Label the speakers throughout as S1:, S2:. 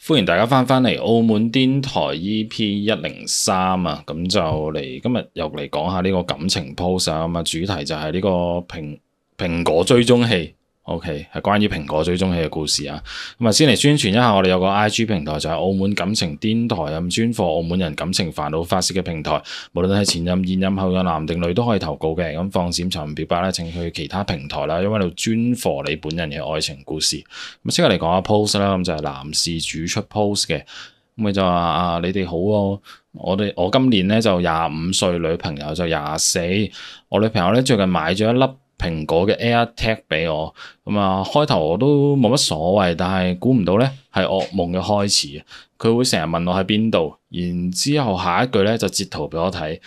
S1: 歡迎大家翻返嚟澳門癲台 EP 一零三啊，咁就嚟今日又嚟講下呢個感情 post 啊，咁啊主題就係呢個蘋蘋果追蹤器，OK 係關於蘋果追蹤器嘅故事啊。咁啊，先嚟宣傳一下，我哋有個 IG 平台就係澳門感情癲台啊，咁專貨澳門人感情煩惱發泄嘅平台，無論係前任、現任、後任、男定女都可以投稿嘅。咁放閃尋表白咧，請去其他平台啦，因為度專貨你本人嘅愛情故事。咁即刻嚟講下 post 啦，咁就係男事主出 post 嘅，咁佢就話啊，你哋好啊，我哋我今年咧就廿五歲，女朋友就廿四，我女朋友咧最近買咗一粒蘋果嘅 AirTag 俾我，咁啊開頭我都冇乜所謂，但係估唔到咧係噩夢嘅開始啊！佢會成日問我喺邊度，然之後下一句咧就截圖俾我睇。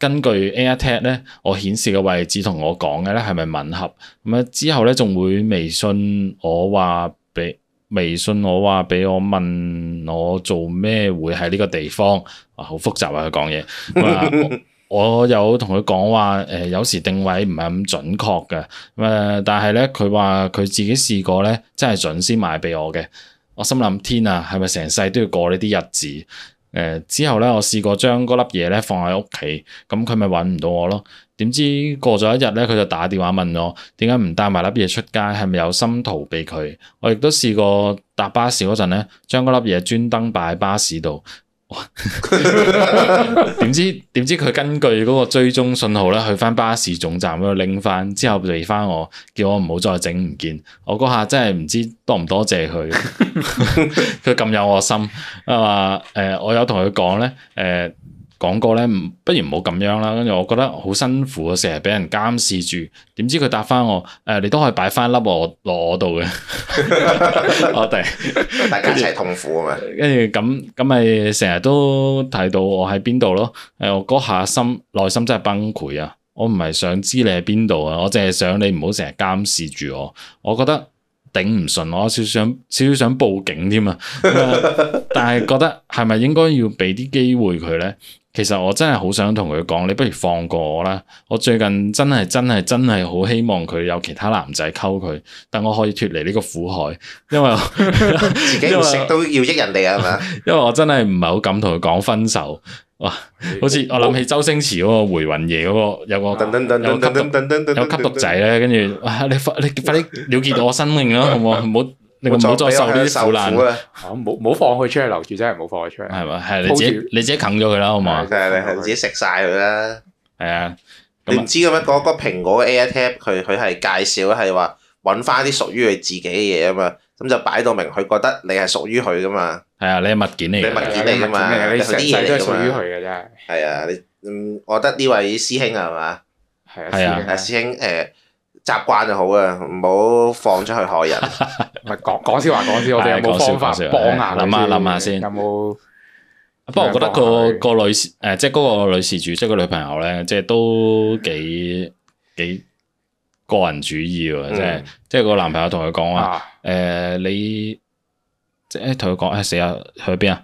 S1: 根據 AirTag 咧，我顯示嘅位置同我講嘅咧係咪吻合？咁啊之後咧仲會微信我話俾微信我話俾我問我做咩會喺呢個地方啊，好複雜啊佢講嘢。咁啊 我我有同佢講話，誒、呃、有時定位唔係咁準確嘅，咁、呃、但係咧佢話佢自己試過咧，真係準先買俾我嘅。我心諗天啊，係咪成世都要過呢啲日子？誒、呃、之後咧，我試過將嗰粒嘢咧放喺屋企，咁佢咪揾唔到我咯。點知過咗一日咧，佢就打電話問我點解唔帶埋粒嘢出街，係咪有心逃避佢？我亦都試過搭巴士嗰陣咧，將嗰粒嘢專登擺喺巴士度。點知點知佢根據嗰個追蹤信號咧，去翻巴士總站嗰度拎翻，之後嚟翻我，叫我唔好再整唔見。我嗰下真係唔知多唔多謝佢，佢咁有我心啊嘛。誒、呃，我有同佢講咧，誒、呃。講過咧，唔不如唔好咁樣啦。跟住我覺得好辛苦啊，成日俾人監視住。點知佢答翻我，誒、呃、你都可以擺翻粒我落我度嘅。 我哋
S2: 大家一齊痛苦啊嘛。
S1: 跟住咁咁咪成日都睇到我喺邊度咯。誒我嗰下心內心真係崩潰啊！我唔係想知你喺邊度啊，我淨係想你唔好成日監視住我。我覺得。頂唔順，我少少想少少想報警添啊！啊但係覺得係咪應該要俾啲機會佢咧？其實我真係好想同佢講，你不如放過我啦！我最近真係真係真係好希望佢有其他男仔溝佢，等我可以脫離呢個苦海，因為
S2: 自己唔食都要益人哋啊，係嘛？
S1: 因為我真係唔係好敢同佢講分手。哇！好似我諗起周星馳嗰個回魂夜嗰個有個有吸毒仔咧，跟住哇！你快你快啲了結我生命啦，好 唔好？唔好你唔好再受呢啲苦難。
S3: 啊！唔好唔好放佢出去，留住真係唔好放佢出去。
S1: 係咪？係你自己你自己啃咗佢啦，好唔好？
S2: 係係你自己食晒佢啦。
S1: 係啊，
S2: 你唔知嘅咩？嗰個蘋果嘅 AirTag 佢佢係介紹係話揾翻啲屬於佢自己嘅嘢啊嘛，咁就擺到明佢覺得你係屬於佢噶嘛。
S1: 係啊，你係物件嚟
S2: 嘅，物件嚟噶嘛，
S3: 你成世都係屬於佢嘅真係。
S2: 係啊，你嗯，我覺得呢位師兄啊係嘛？
S3: 係啊，
S1: 嗯
S2: 師兄誒習慣就好啊，唔好放出去 害人。
S3: 唔係講講笑話講笑，我
S1: 啊
S3: 哋有冇方法幫下
S1: 諗下諗下先。
S3: 有冇？
S1: 不過我覺得個個女誒，即係嗰個女事主，即係個女朋友咧，即係都幾幾個人主義喎，即係即係個男朋友同佢講話
S3: 啊
S1: 誒你。即係同佢講，誒死啊，去邊啊？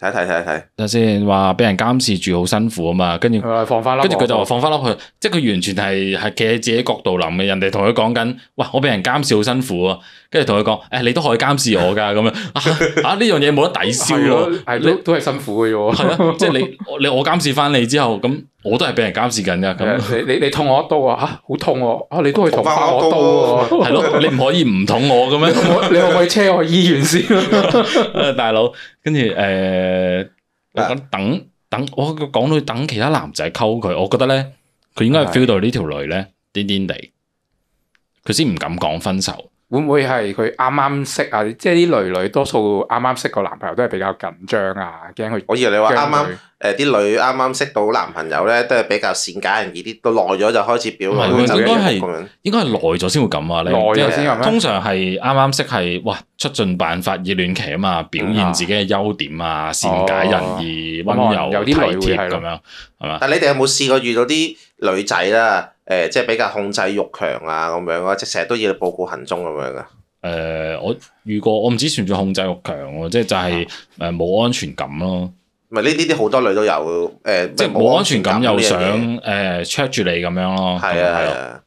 S2: 睇睇睇睇，
S1: 睇先話俾人監視住好辛苦啊嘛，跟住
S3: 放翻，
S1: 跟住佢就話放翻粒去，即係佢完全係係企喺自己角度諗嘅。人哋同佢講緊，哇！我俾人監視好辛苦啊，跟住同佢講，誒你都可以監視我㗎咁樣啊！呢樣嘢 冇得抵消喎，
S3: 係都都係辛苦嘅啫喎。
S1: 係啊，即 係你你我監視翻你之後，咁我都係俾啊人監視緊㗎。 咁
S3: 你你你捅我一刀啊？嚇好痛喎！啊你都可以捅翻我刀
S1: 喎，係咯？你唔可以唔捅我嘅咩？
S3: 你可唔可以車我去醫院 先？
S1: 呃大佬，跟住誒，咁等。等我講到等其他男仔溝佢，我覺得咧，佢應該係 feel 到呢條女咧癲癲地，佢先唔敢講分手。
S3: 會唔會係佢啱啱識啊？即係啲女女多數啱啱識個男朋友都係比較緊張啊，驚佢。
S2: 我以為你話啱啱誒啲女啱啱識到男朋友咧，都係比較善解人意啲，到耐咗就開始表露。
S1: 唔係，應該啊係應該係耐咗先會咁啊！
S3: 耐咗先係咩？
S1: 通常係啱啱識係哇，出盡辦法熱戀期啊嘛，表現自己嘅優點啊，善解人意、溫柔、體貼咁啊樣係嘛？
S2: 但係你哋有冇試過遇到啲女仔啦？誒，即係比較控制欲強啊，咁樣啊，即係成日都要你報告行蹤咁樣噶。
S1: 誒，呃我遇過，我唔知算唔算控制欲強喎，即係就係誒冇安全感咯。
S2: 唔係呢呢啲好多女都有誒，啊
S1: 哦即係冇安全感又想誒 check 住你咁樣咯。
S2: 係啊係啊。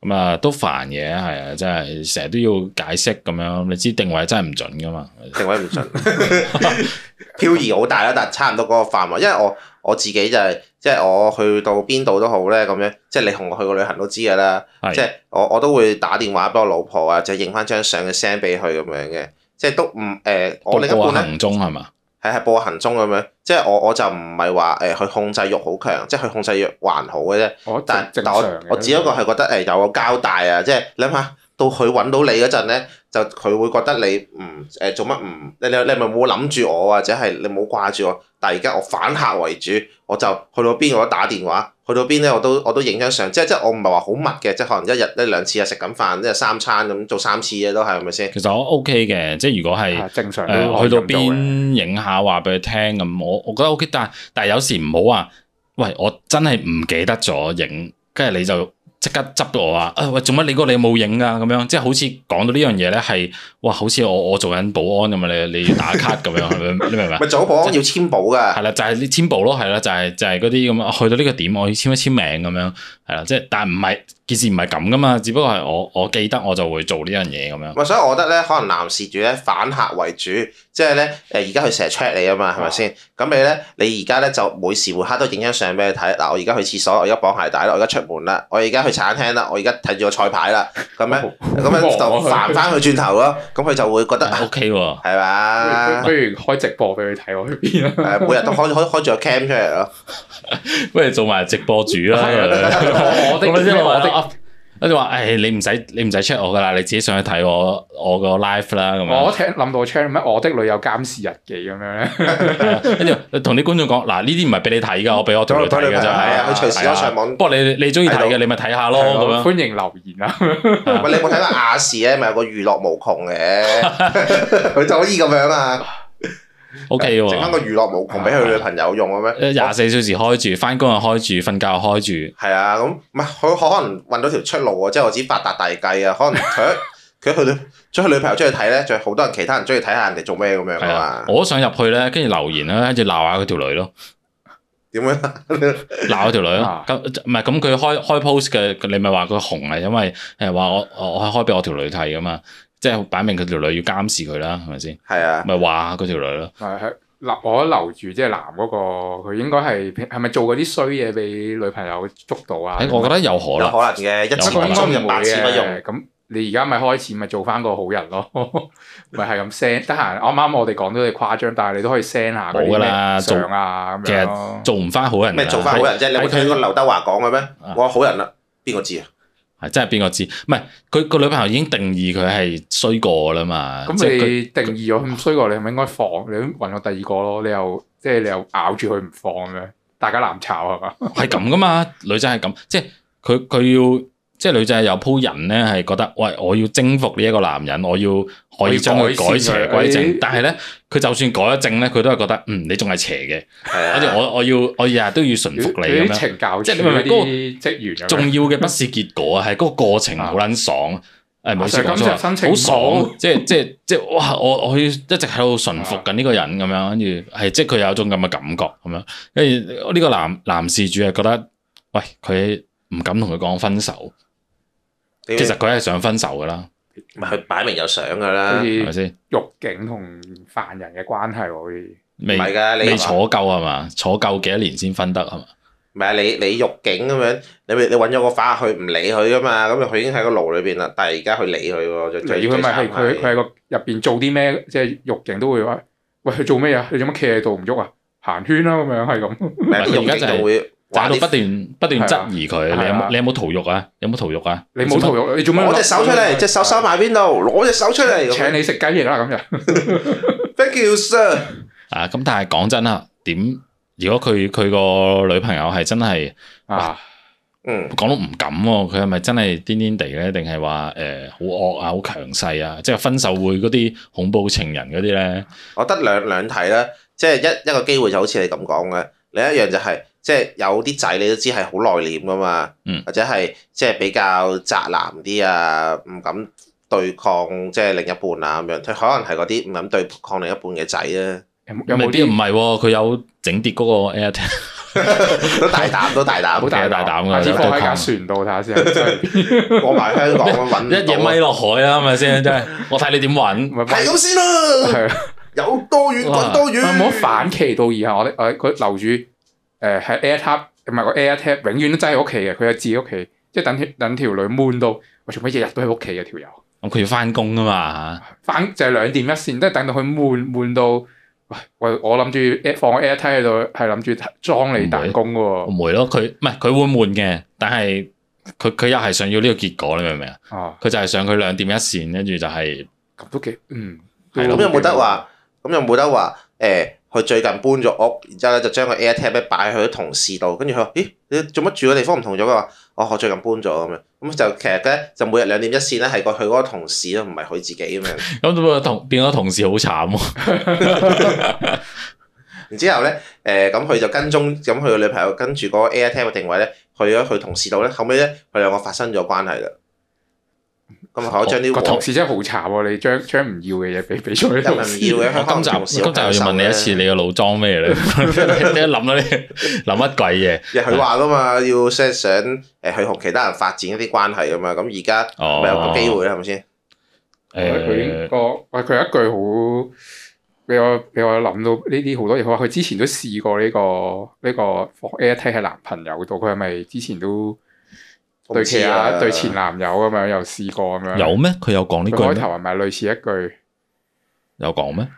S1: 咁啊都煩嘅，係啊，真係成日都要解釋咁樣，你知定位真係唔準噶嘛，
S2: 定位唔準， 漂移好大啦，但係差唔多嗰個範圍。因為我我自己就係、即係我去到邊度都好咧，咁樣即係你同我去過旅行都知㗎啦。即
S1: 係
S2: 係我我都會打電話俾我老婆啊，就影翻張相嘅 send 俾佢咁樣嘅，即係都唔誒、我哦另一
S1: 報告
S2: 半咧
S1: 行蹤係嘛？
S2: 係係報行蹤咁樣，即係我我就唔係話誒佢控制欲好強，即係佢控制欲還好嘅啫。
S3: 我
S2: 但
S3: 哦正
S2: 但
S3: 常
S2: 我
S3: 嘅
S2: 我只不過係覺得誒有個交代啊，即係你諗下，到佢揾到你嗰陣咧，就佢會覺得你唔誒做乜唔你你你係咪冇諗住我啊或者係你冇掛住我，但係而家我反客為主，我就去到邊我都打電話，去到邊咧我都我都影張相，即係即係我唔係話好密嘅，即係可能一日一兩次啊食緊飯，即係三餐咁做三次嘅都係係咪先？
S1: 其實我 OK 嘅，即係如果係。
S3: 係正常
S1: 誒、
S3: 都可以
S1: 去到
S3: 咁做嘅
S1: 邊影下話俾佢聽咁，我我覺得 OK，但係但係有時唔好話，喂，我真係唔記得咗影，跟住你就即刻執到我話，啊喂，做乜你嗰個你冇影啊？咁樣即係好似講到呢樣嘢咧，係哇，好似我我做緊保安咁啊，你你打卡咁樣，係咪你明唔明啊
S2: 咪？做好保安要簽保㗎
S1: 係，啦，就係你簽簿咯，係啦，就係、就係嗰啲咁啊，去到呢個點，我要簽一簽名咁樣，係啦，即係但係唔係件事唔係咁噶嘛，只不過係我我記得我就會做呢樣嘢咁樣。
S2: 啊咪所以我覺得咧，可能男事主咧反客為主，即係咧誒而家佢成日 check 你啊嘛，係咪先？咁你咧，你而家咧就每時每刻都影張相俾佢睇。嗱，我而家去廁所，我而家綁鞋帶啦，我而家出門啦，我而家去餐廳啦，我而家睇住個菜牌啦，咁咧咁樣 就
S3: 好忙啊佢
S2: 煩翻佢轉頭咯。咁佢就會覺得
S1: 啊 OK 喎，
S2: 係嘛
S3: 不？如開直播俾佢睇我去邊啊！
S2: 誒，每日都開開開住個 cam 出嚟咯。
S1: 不如做埋直播主啦。
S3: 我我的
S1: 咁你即係話
S3: 我的
S1: 啊跟住話，誒你唔使你唔使 check 我噶啦，你自己上去睇我我個 live 啦咁
S3: 我
S1: 樣
S3: 聽諗到 channel 咩？我的女友監視日記咁樣咧，
S1: 係啊。跟住你同啲觀眾講，嗱呢啲唔係俾你睇噶，我俾我同你睇嘅
S2: 係
S1: 咋。
S2: 啊，佢隨時
S1: 係啊
S2: 都上網。
S1: 不過你你中意睇
S2: 睇
S1: 嘅，
S2: 到
S1: 你咪睇下咯
S3: 係
S1: 咁
S3: 咯
S1: 樣。
S3: 歡迎留言啊！
S2: 喂，你有冇睇過亞視咧？咪有個娛樂無窮嘅， 佢就可以咁樣啊，
S1: O K
S2: 整翻個
S1: 喎，
S2: 娛樂無窮俾佢女朋友用嘅咩？
S1: 誒廿四小時開住，翻工又開住，瞓覺又開住。
S2: 係啊，咁唔係佢可能揾到條出路喎，即係我指發達大計啊，可能佢 佢去女將佢女朋友出去睇咧，仲有好多人其他人中意睇下人哋做咩咁樣
S1: 係
S2: 啊
S1: 啊，
S2: 嘛？
S1: 我都想入去咧，跟住留言啦，跟住鬧下佢條女咯，
S2: 點樣 啊？
S1: 鬧佢條女咯
S3: 啊。
S1: 咁唔係咁佢開開 post 嘅，你咪話佢紅啊，因為誒話我我我開俾我條女睇噶嘛，即係擺明佢條女要監視佢啦，係咪先？
S2: 係啊，
S1: 咪話下嗰條女咯。
S3: 係係嗱，我留住即係男嗰個，佢應該係係咪做嗰啲衰嘢俾女朋友捉到啊？
S1: 誒，我覺得有可
S2: 有
S1: 能，
S2: 可能嘅，一
S1: 有
S2: 次
S1: 可能
S2: 中人百次不用。
S3: 嘅。咁你而家咪開始咪做翻個好人咯， 咪係咁 send。得閒啱啱我哋講到你誇張，但係你都可以 send 下嗰
S1: 冇㗎
S3: 啲
S1: 啦
S3: 咩相啊咁
S1: 做
S3: 樣咯。
S1: 做唔翻好人㗎啦。
S2: 咩做翻好人啫？你有冇聽過劉德華講嘅咩
S1: 啊？
S2: 我話好人啦，邊個知啊？
S1: 係真係邊個知？唔係佢個女朋友已經定義佢係衰過啦嘛。啊即係
S3: 咁
S1: 佢
S3: 你定義咗咁衰過，你係咪應該放？你揾個第二個咯，你又即係你又咬住佢唔放咁樣，大家攬炒係嘛？
S1: 係咁噶嘛？女仔係咁，即係佢佢要即係女仔有鋪人咧，係覺得喂，我要征服呢一個男人，我要可以將佢哎改邪歸
S3: 我要改善
S1: 正
S3: 佢。
S1: 但係咧，佢就算改咗正咧，佢都係覺得嗯，你仲係邪嘅，
S2: 係
S1: 跟住
S2: 啊，
S1: 我我要我日日都要順服你咁
S3: 啲
S1: 樣。
S3: 懲教
S1: 即
S3: 處
S1: 係你明唔明
S3: 嗰
S1: 嗰個
S3: 啲職員咁
S1: 重
S3: 樣。
S1: 要嘅不是結果啊，係啊嗰個過程好撚爽。誒，唔好意思
S3: 就係
S1: 講
S3: 咁
S1: 錯
S3: 就心情
S1: 好
S3: 唔
S1: 爽
S3: 好，
S1: 即係即係即係哇！我我要一直喺度順服緊
S3: 啊
S1: 呢個人咁樣，跟住係即係佢有種咁嘅感覺咁樣，跟住呢個男男事主係覺得，喂佢唔敢同佢講分手，
S3: 嗯
S2: 其
S1: 其實佢係想分手噶啦，
S2: 咪佢擺明有相㗎啦
S3: 好，似
S1: 係咪先？
S3: 獄警同犯人嘅關係喎，好似
S2: 唔
S1: 未
S2: 係㗎，你
S1: 未坐夠係嘛？坐夠幾多年先分得係嘛？
S2: 唔係啊，你你獄警咁樣，你咪你揾咗個化佢唔理佢㗎嘛，咁佢已經喺個爐裏邊啦，但係而家佢理佢喎，最最
S3: 你佢咪係佢
S2: 最慘係
S3: 佢喺個入邊做啲咩？即係獄警都會話：喂，佢做咩啊？你做乜企喺度唔喐啊？行圈啦咁樣係咁。
S2: 唔係
S1: 佢而家
S2: 啲獄
S1: 就係
S2: 警就會
S1: 就喺
S2: 玩
S1: 度
S2: 啲
S1: 不斷不斷質疑佢，
S3: 係
S1: 你
S3: 啊
S1: 有
S3: 係啊
S1: 冇你有冇逃獄啊？有冇逃獄啊？
S3: 你冇逃獄，你做咩？
S2: 攞隻手出
S1: 嗯
S2: 嚟，隻手收埋邊度？攞隻手出嚟咁
S3: 請
S2: 樣。
S3: 你食雞翼啦咁就。
S2: Thank you, sir。
S1: 啊！咁但係講真啦，點如果佢佢個女朋友係真係？
S3: 啊，
S2: 嗯，
S1: 講到唔敢喎，佢係咪真係癲癲地咧？定係話誒好惡啊、好強勢啊？即係分手會嗰啲恐怖情人嗰啲咧，
S2: 我覺得兩兩睇啦，即係一一個機會就好似你咁講嘅，另一樣就係、即係有啲仔你都知係好內斂噶嘛，
S1: 嗯
S2: 或者係即係比較宅男啲啊，唔敢對抗即係另一半啊咁樣，佢可能係嗰啲唔敢對抗另一半嘅仔啊。
S3: 有冇
S1: 有
S3: 有冇
S1: 冇啲唔
S3: 啲
S1: 係喎？佢有整跌嗰個 air tag
S2: 都大 膽，都大
S1: 好
S2: 膽，
S1: 大膽㗎
S3: 下次
S1: 有對
S3: 放喺架
S1: 抗
S3: 船度睇下先，真係
S2: 過埋香港揾
S1: 一夜咪落海啦，係咪先？真係，我睇你點 揾。
S3: 唔係
S2: 係咁先啦，
S3: 係啊
S2: 有多遠滾多遠，
S3: 唔好反其道而行，我哋我佢留住誒喺 AirTap 唔係個 AirTap，永遠都擠喺屋企嘅，佢係自己屋企，即係等等條女悶到，我做乜日日都喺屋企嘅條友，
S1: 咁佢要翻工啊嘛，
S3: 反就係兩點一線，即係等到佢悶悶到，喂我我諗住 Air- 放個 AirTap 喺度，係諗住裝你彈弓
S1: 我
S3: 喎，
S1: 唔會咯。佢唔係佢會悶嘅，但係佢佢又係想要呢個結果，你明唔明啊？
S3: 啊
S1: 佢就係想佢兩點一線，跟住就係
S3: 咁都幾嗯，
S1: 係
S2: 咁又冇得話，咁又冇得話誒，佢最近搬咗屋，然之後咧就將個 AirTag 咧擺喺啲同事度，跟住佢話：咦，你做乜住嘅地方唔同咗？佢話：哦，我最近搬咗咁樣。咁就其實咧，就每日兩點一線咧，係個佢嗰個同事咯，唔係佢自己咁樣。
S1: 咁變咗同變咗同事好慘喎。
S2: 然之後咧，誒咁佢就跟蹤，咁佢個女朋友跟住嗰個 AirTag 嘅定位咧，去咗佢同事度咧，後尾咧佢兩個發生咗關係啦。咁佢可以將啲
S3: 個同
S2: 黃
S3: 事真係好慘喎，你將將唔要嘅嘢俾俾咗佢
S2: 因為
S3: 同
S2: 唔
S3: 事，
S2: 要嘅，
S1: 我
S2: 香
S1: 今
S2: 港
S1: 集
S2: 同 事
S1: 今集又要問你一次，你個腦裝咩咧？ 你一諗到你諗乜鬼嘢？
S2: 亦佢話噶嘛，要即係想誒去同其他人發展一啲關係噶嘛，咁而家
S1: 哦
S2: 咪有個機會啦，係咪先？
S3: 佢佢已經
S1: 誒，
S3: 個喂佢有一句好俾我俾我諗到呢啲好多嘢。佢話佢之前都試過呢、個呢、個放 AirTag 喺男朋友度，佢係咪之前都
S2: 我唔
S3: 對
S2: 知
S3: 其他
S2: 啊
S3: 對前男友咁樣又試過咁樣？
S1: 有咩？佢有講呢
S3: 佢
S1: 句
S3: 開
S1: 咩？
S3: 頭係咪類似一句
S1: 有講咩？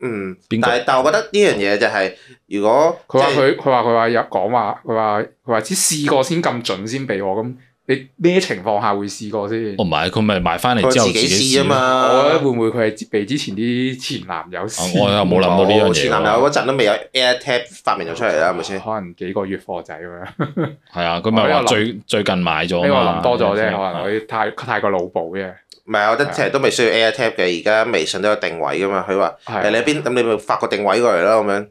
S2: 嗯，
S1: 邊個
S2: 但係但係我覺得呢樣嘢就係如果
S3: 佢話
S2: 即係
S3: 佢佢話佢話有講話佢話佢話只試過先咁準先俾我咁，你咩情況下會試過先？
S1: 哦，唔係，佢咪買翻嚟
S2: 佢
S1: 之後
S2: 自己試啊
S1: 試咯。
S3: 我覺得
S2: 嘛，
S3: 會唔會佢係被之前啲前男友
S1: 啊
S3: 試？
S1: 我又冇諗 到呢樣
S2: 我
S1: 嘢。
S2: 哦前男友嗰陣都未有 AirTag 發明咗出嚟啦，係咪先？
S3: 可能幾個月貨仔咁樣。
S1: 系啊，佢咪
S3: 我
S1: 話
S3: 呢個諗
S1: 最最近買咗啊
S3: 呢個
S1: 嘛
S3: 諗多咗啫，可能
S1: 係啊
S3: 我啲太太過腦補啫。
S2: 唔係，我覺得其實都未需要 AirTag 嘅，而家微信都有定位噶嘛。佢話誒你
S3: 係，
S2: 喺
S3: 啊
S2: 邊，咁你咪發個定位過嚟啦，咁樣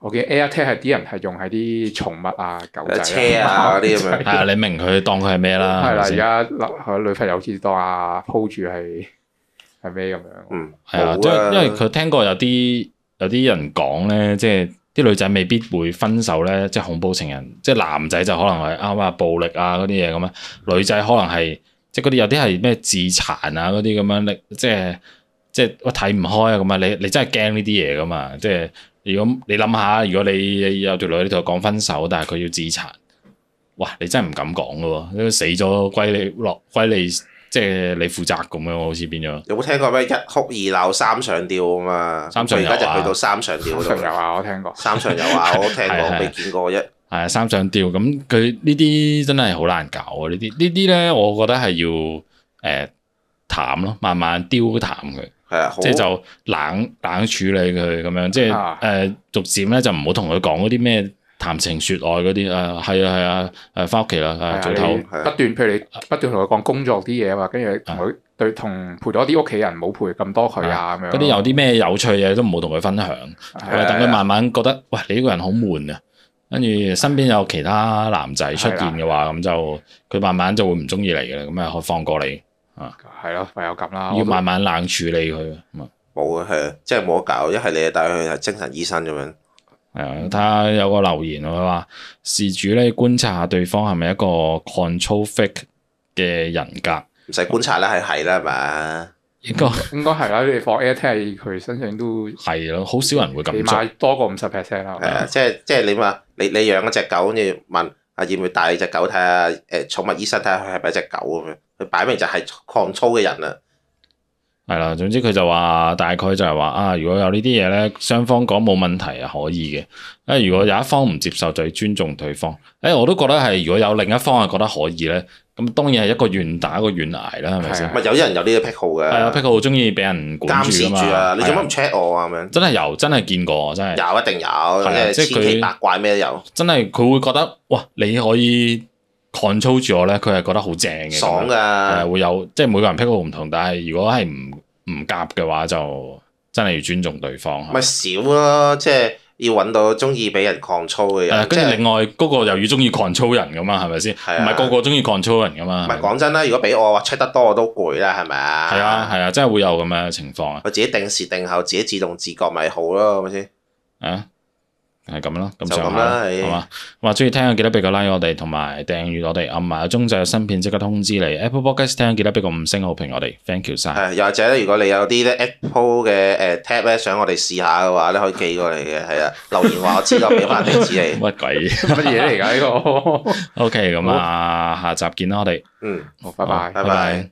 S3: 我見 AirTag 係啲人係用喺啲寵物啊、狗仔、
S2: 車啊嗰啲咁樣
S1: 係啊，你明佢當佢係咩啦？啊
S3: 係啦，而
S1: 係咪先
S3: 家佢女朋友好似當啊 po 住係係咩咁樣？
S2: 嗯，
S1: 係啊，
S2: 冇
S1: 即係因為佢聽過有啲有啲人講咧，即係啲女仔未必會分手咧，即係恐怖情人，即係男仔就可能係啱啊暴力啊嗰啲嘢咁啊，女仔可能係即係嗰啲有啲係咩自殘啊嗰啲咁樣，你即係即係我睇唔開啊咁啊，你你真係驚呢啲嘢噶嘛？即係如果你諗下，如果你有條女你同佢講分手，但係佢要自殘，哇！你真係唔敢講噶喎，因為死咗歸你落歸你，即係你負責咁樣喎，好似變咗。
S2: 有冇聽過咩一哭二鬧三上吊啊嘛？
S1: 三上
S2: 佢
S1: 吊啊
S2: 而家就去到三上吊
S3: 上
S2: 度
S3: 游
S2: 啦。
S3: 啊，我聽過。
S2: 三上有啊，我聽
S1: 係
S2: 過，
S1: 係
S2: 未見過啫。
S1: 係啊，三上吊咁佢呢啲真係好難搞啊！呢啲呢啲咧，我覺得係要誒、呃、淡咯，慢慢刁淡佢，
S2: 係啊，好
S1: 即係就冷冷處理佢咁樣，即係誒、
S3: 啊
S1: 呃逐漸咧就唔好同佢講嗰啲咩談情説愛嗰啲啊，係啊係啊，誒翻屋企啦，
S3: 係
S1: 誒早
S3: 啊你
S1: 唞，
S2: 係啊
S3: 不斷，譬如你不斷同佢講工作啲嘢啊嘛，跟住同佢對同陪多啲屋企人，冇陪咁多佢啊咁樣。
S1: 嗰啲有啲咩有趣嘢都唔好同佢分享，係
S3: 係啊
S1: 啊
S2: 啊
S1: 等佢慢慢覺得，喂你呢個人好悶啊！跟住身邊有其他男仔出現嘅話，咁就佢慢慢就會唔中意你嘅啦，咁啊可以放過你，
S3: 係咯，唯有咁啦。
S1: 要
S3: 啊我都
S1: 慢慢冷處理佢。咁啊
S2: 冇啊，係啊，即係冇得搞。一係你就帶佢去睇精神醫生咁樣，
S1: 係啊，睇下有個留言佢話事主咧觀察下對方係咪一個 control freak 嘅人格，
S2: 唔使觀察啦，係係啦，係咪？
S1: 應該
S3: 應該係啦，你放 AirTag 佢身上都起
S1: 係咯，好少人會咁做。
S3: 碼多過五十 percent
S1: 哦
S3: 啦。我覺
S2: 係
S3: 得
S2: 啊，即係即係你話你你養嗰只狗，跟住問啊要唔要帶你只狗睇下誒寵物醫生睇下佢係咪一隻狗咁樣，佢擺明就係抗操嘅人啦。啊
S1: 係啦，總之佢就話大概就係話啊，如果有呢啲嘢咧，雙方講冇問題啊，可以嘅。啊，如果有一方唔接受，就要尊重對方。誒、我都覺得係，如果有另一方係覺得可以咧，咁當然係一個願打一個願挨啦，係咪先
S3: 係？
S2: 咪有啲人有呢個癖好嘅，
S1: 係啊 p i c 好中意俾人管
S2: 監
S1: 住
S2: 視
S1: 㗎
S2: 住
S1: 嘛。
S2: 啊！你做乜
S1: 係
S2: 唔
S1: 啊
S2: check 我啊？咁樣
S1: 真係有，真係見過，真係。
S2: 有一定
S1: 啊
S2: 有，即係
S1: 即係佢
S2: 千奇百怪咩都有，
S1: 真係佢會覺得哇，你可以 control 住我咧，佢係覺得好正嘅，
S2: 爽啊
S1: 咁樣，係啊
S2: 㗎。
S1: 會有即係每個人 pick 唔同，但係如果係唔唔夾嘅話，就真係要尊重對方。
S2: 咪少咯，即係要揾到中意俾人抗操嘅
S1: 誒
S2: 人，即
S1: 啊跟住
S2: 係
S1: 另外嗰個又要中意 control 人噶嘛，係咪先？
S2: 係啊
S1: 唔係個個中意 control 人噶嘛
S2: 唔？係講真啦，如果俾我話 check 得多我都攰啦，係咪啊？
S1: 係啊，係啊，真係會有咁嘅情況啊！
S2: 佢自己定時定候，自己自動自覺咪好咯，係咪先？
S1: 啊，係咁啦，咁
S2: 就
S1: 上
S2: 咁
S1: 下啦
S2: 啦係
S1: 係嘛？話中意聽嘅記得俾個 like 我哋，同埋訂閱我哋，暗埋個鐘就有新片即刻通知你。Apple Podcast 聽記得俾個五星好評我哋，thank you 晒。
S2: 係，又或者咧，如果你有啲咧 Apple 嘅誒 tab 咧，想我哋試下嘅話咧，可以寄過嚟嘅，係啊，留言話我知道，俾翻地址你。
S1: 乜鬼
S3: 乜嘢嚟㗎呢個？
S1: ？OK，咁啊，下集見啦，我哋，
S2: 嗯，
S3: 好，拜拜
S1: 好。拜拜。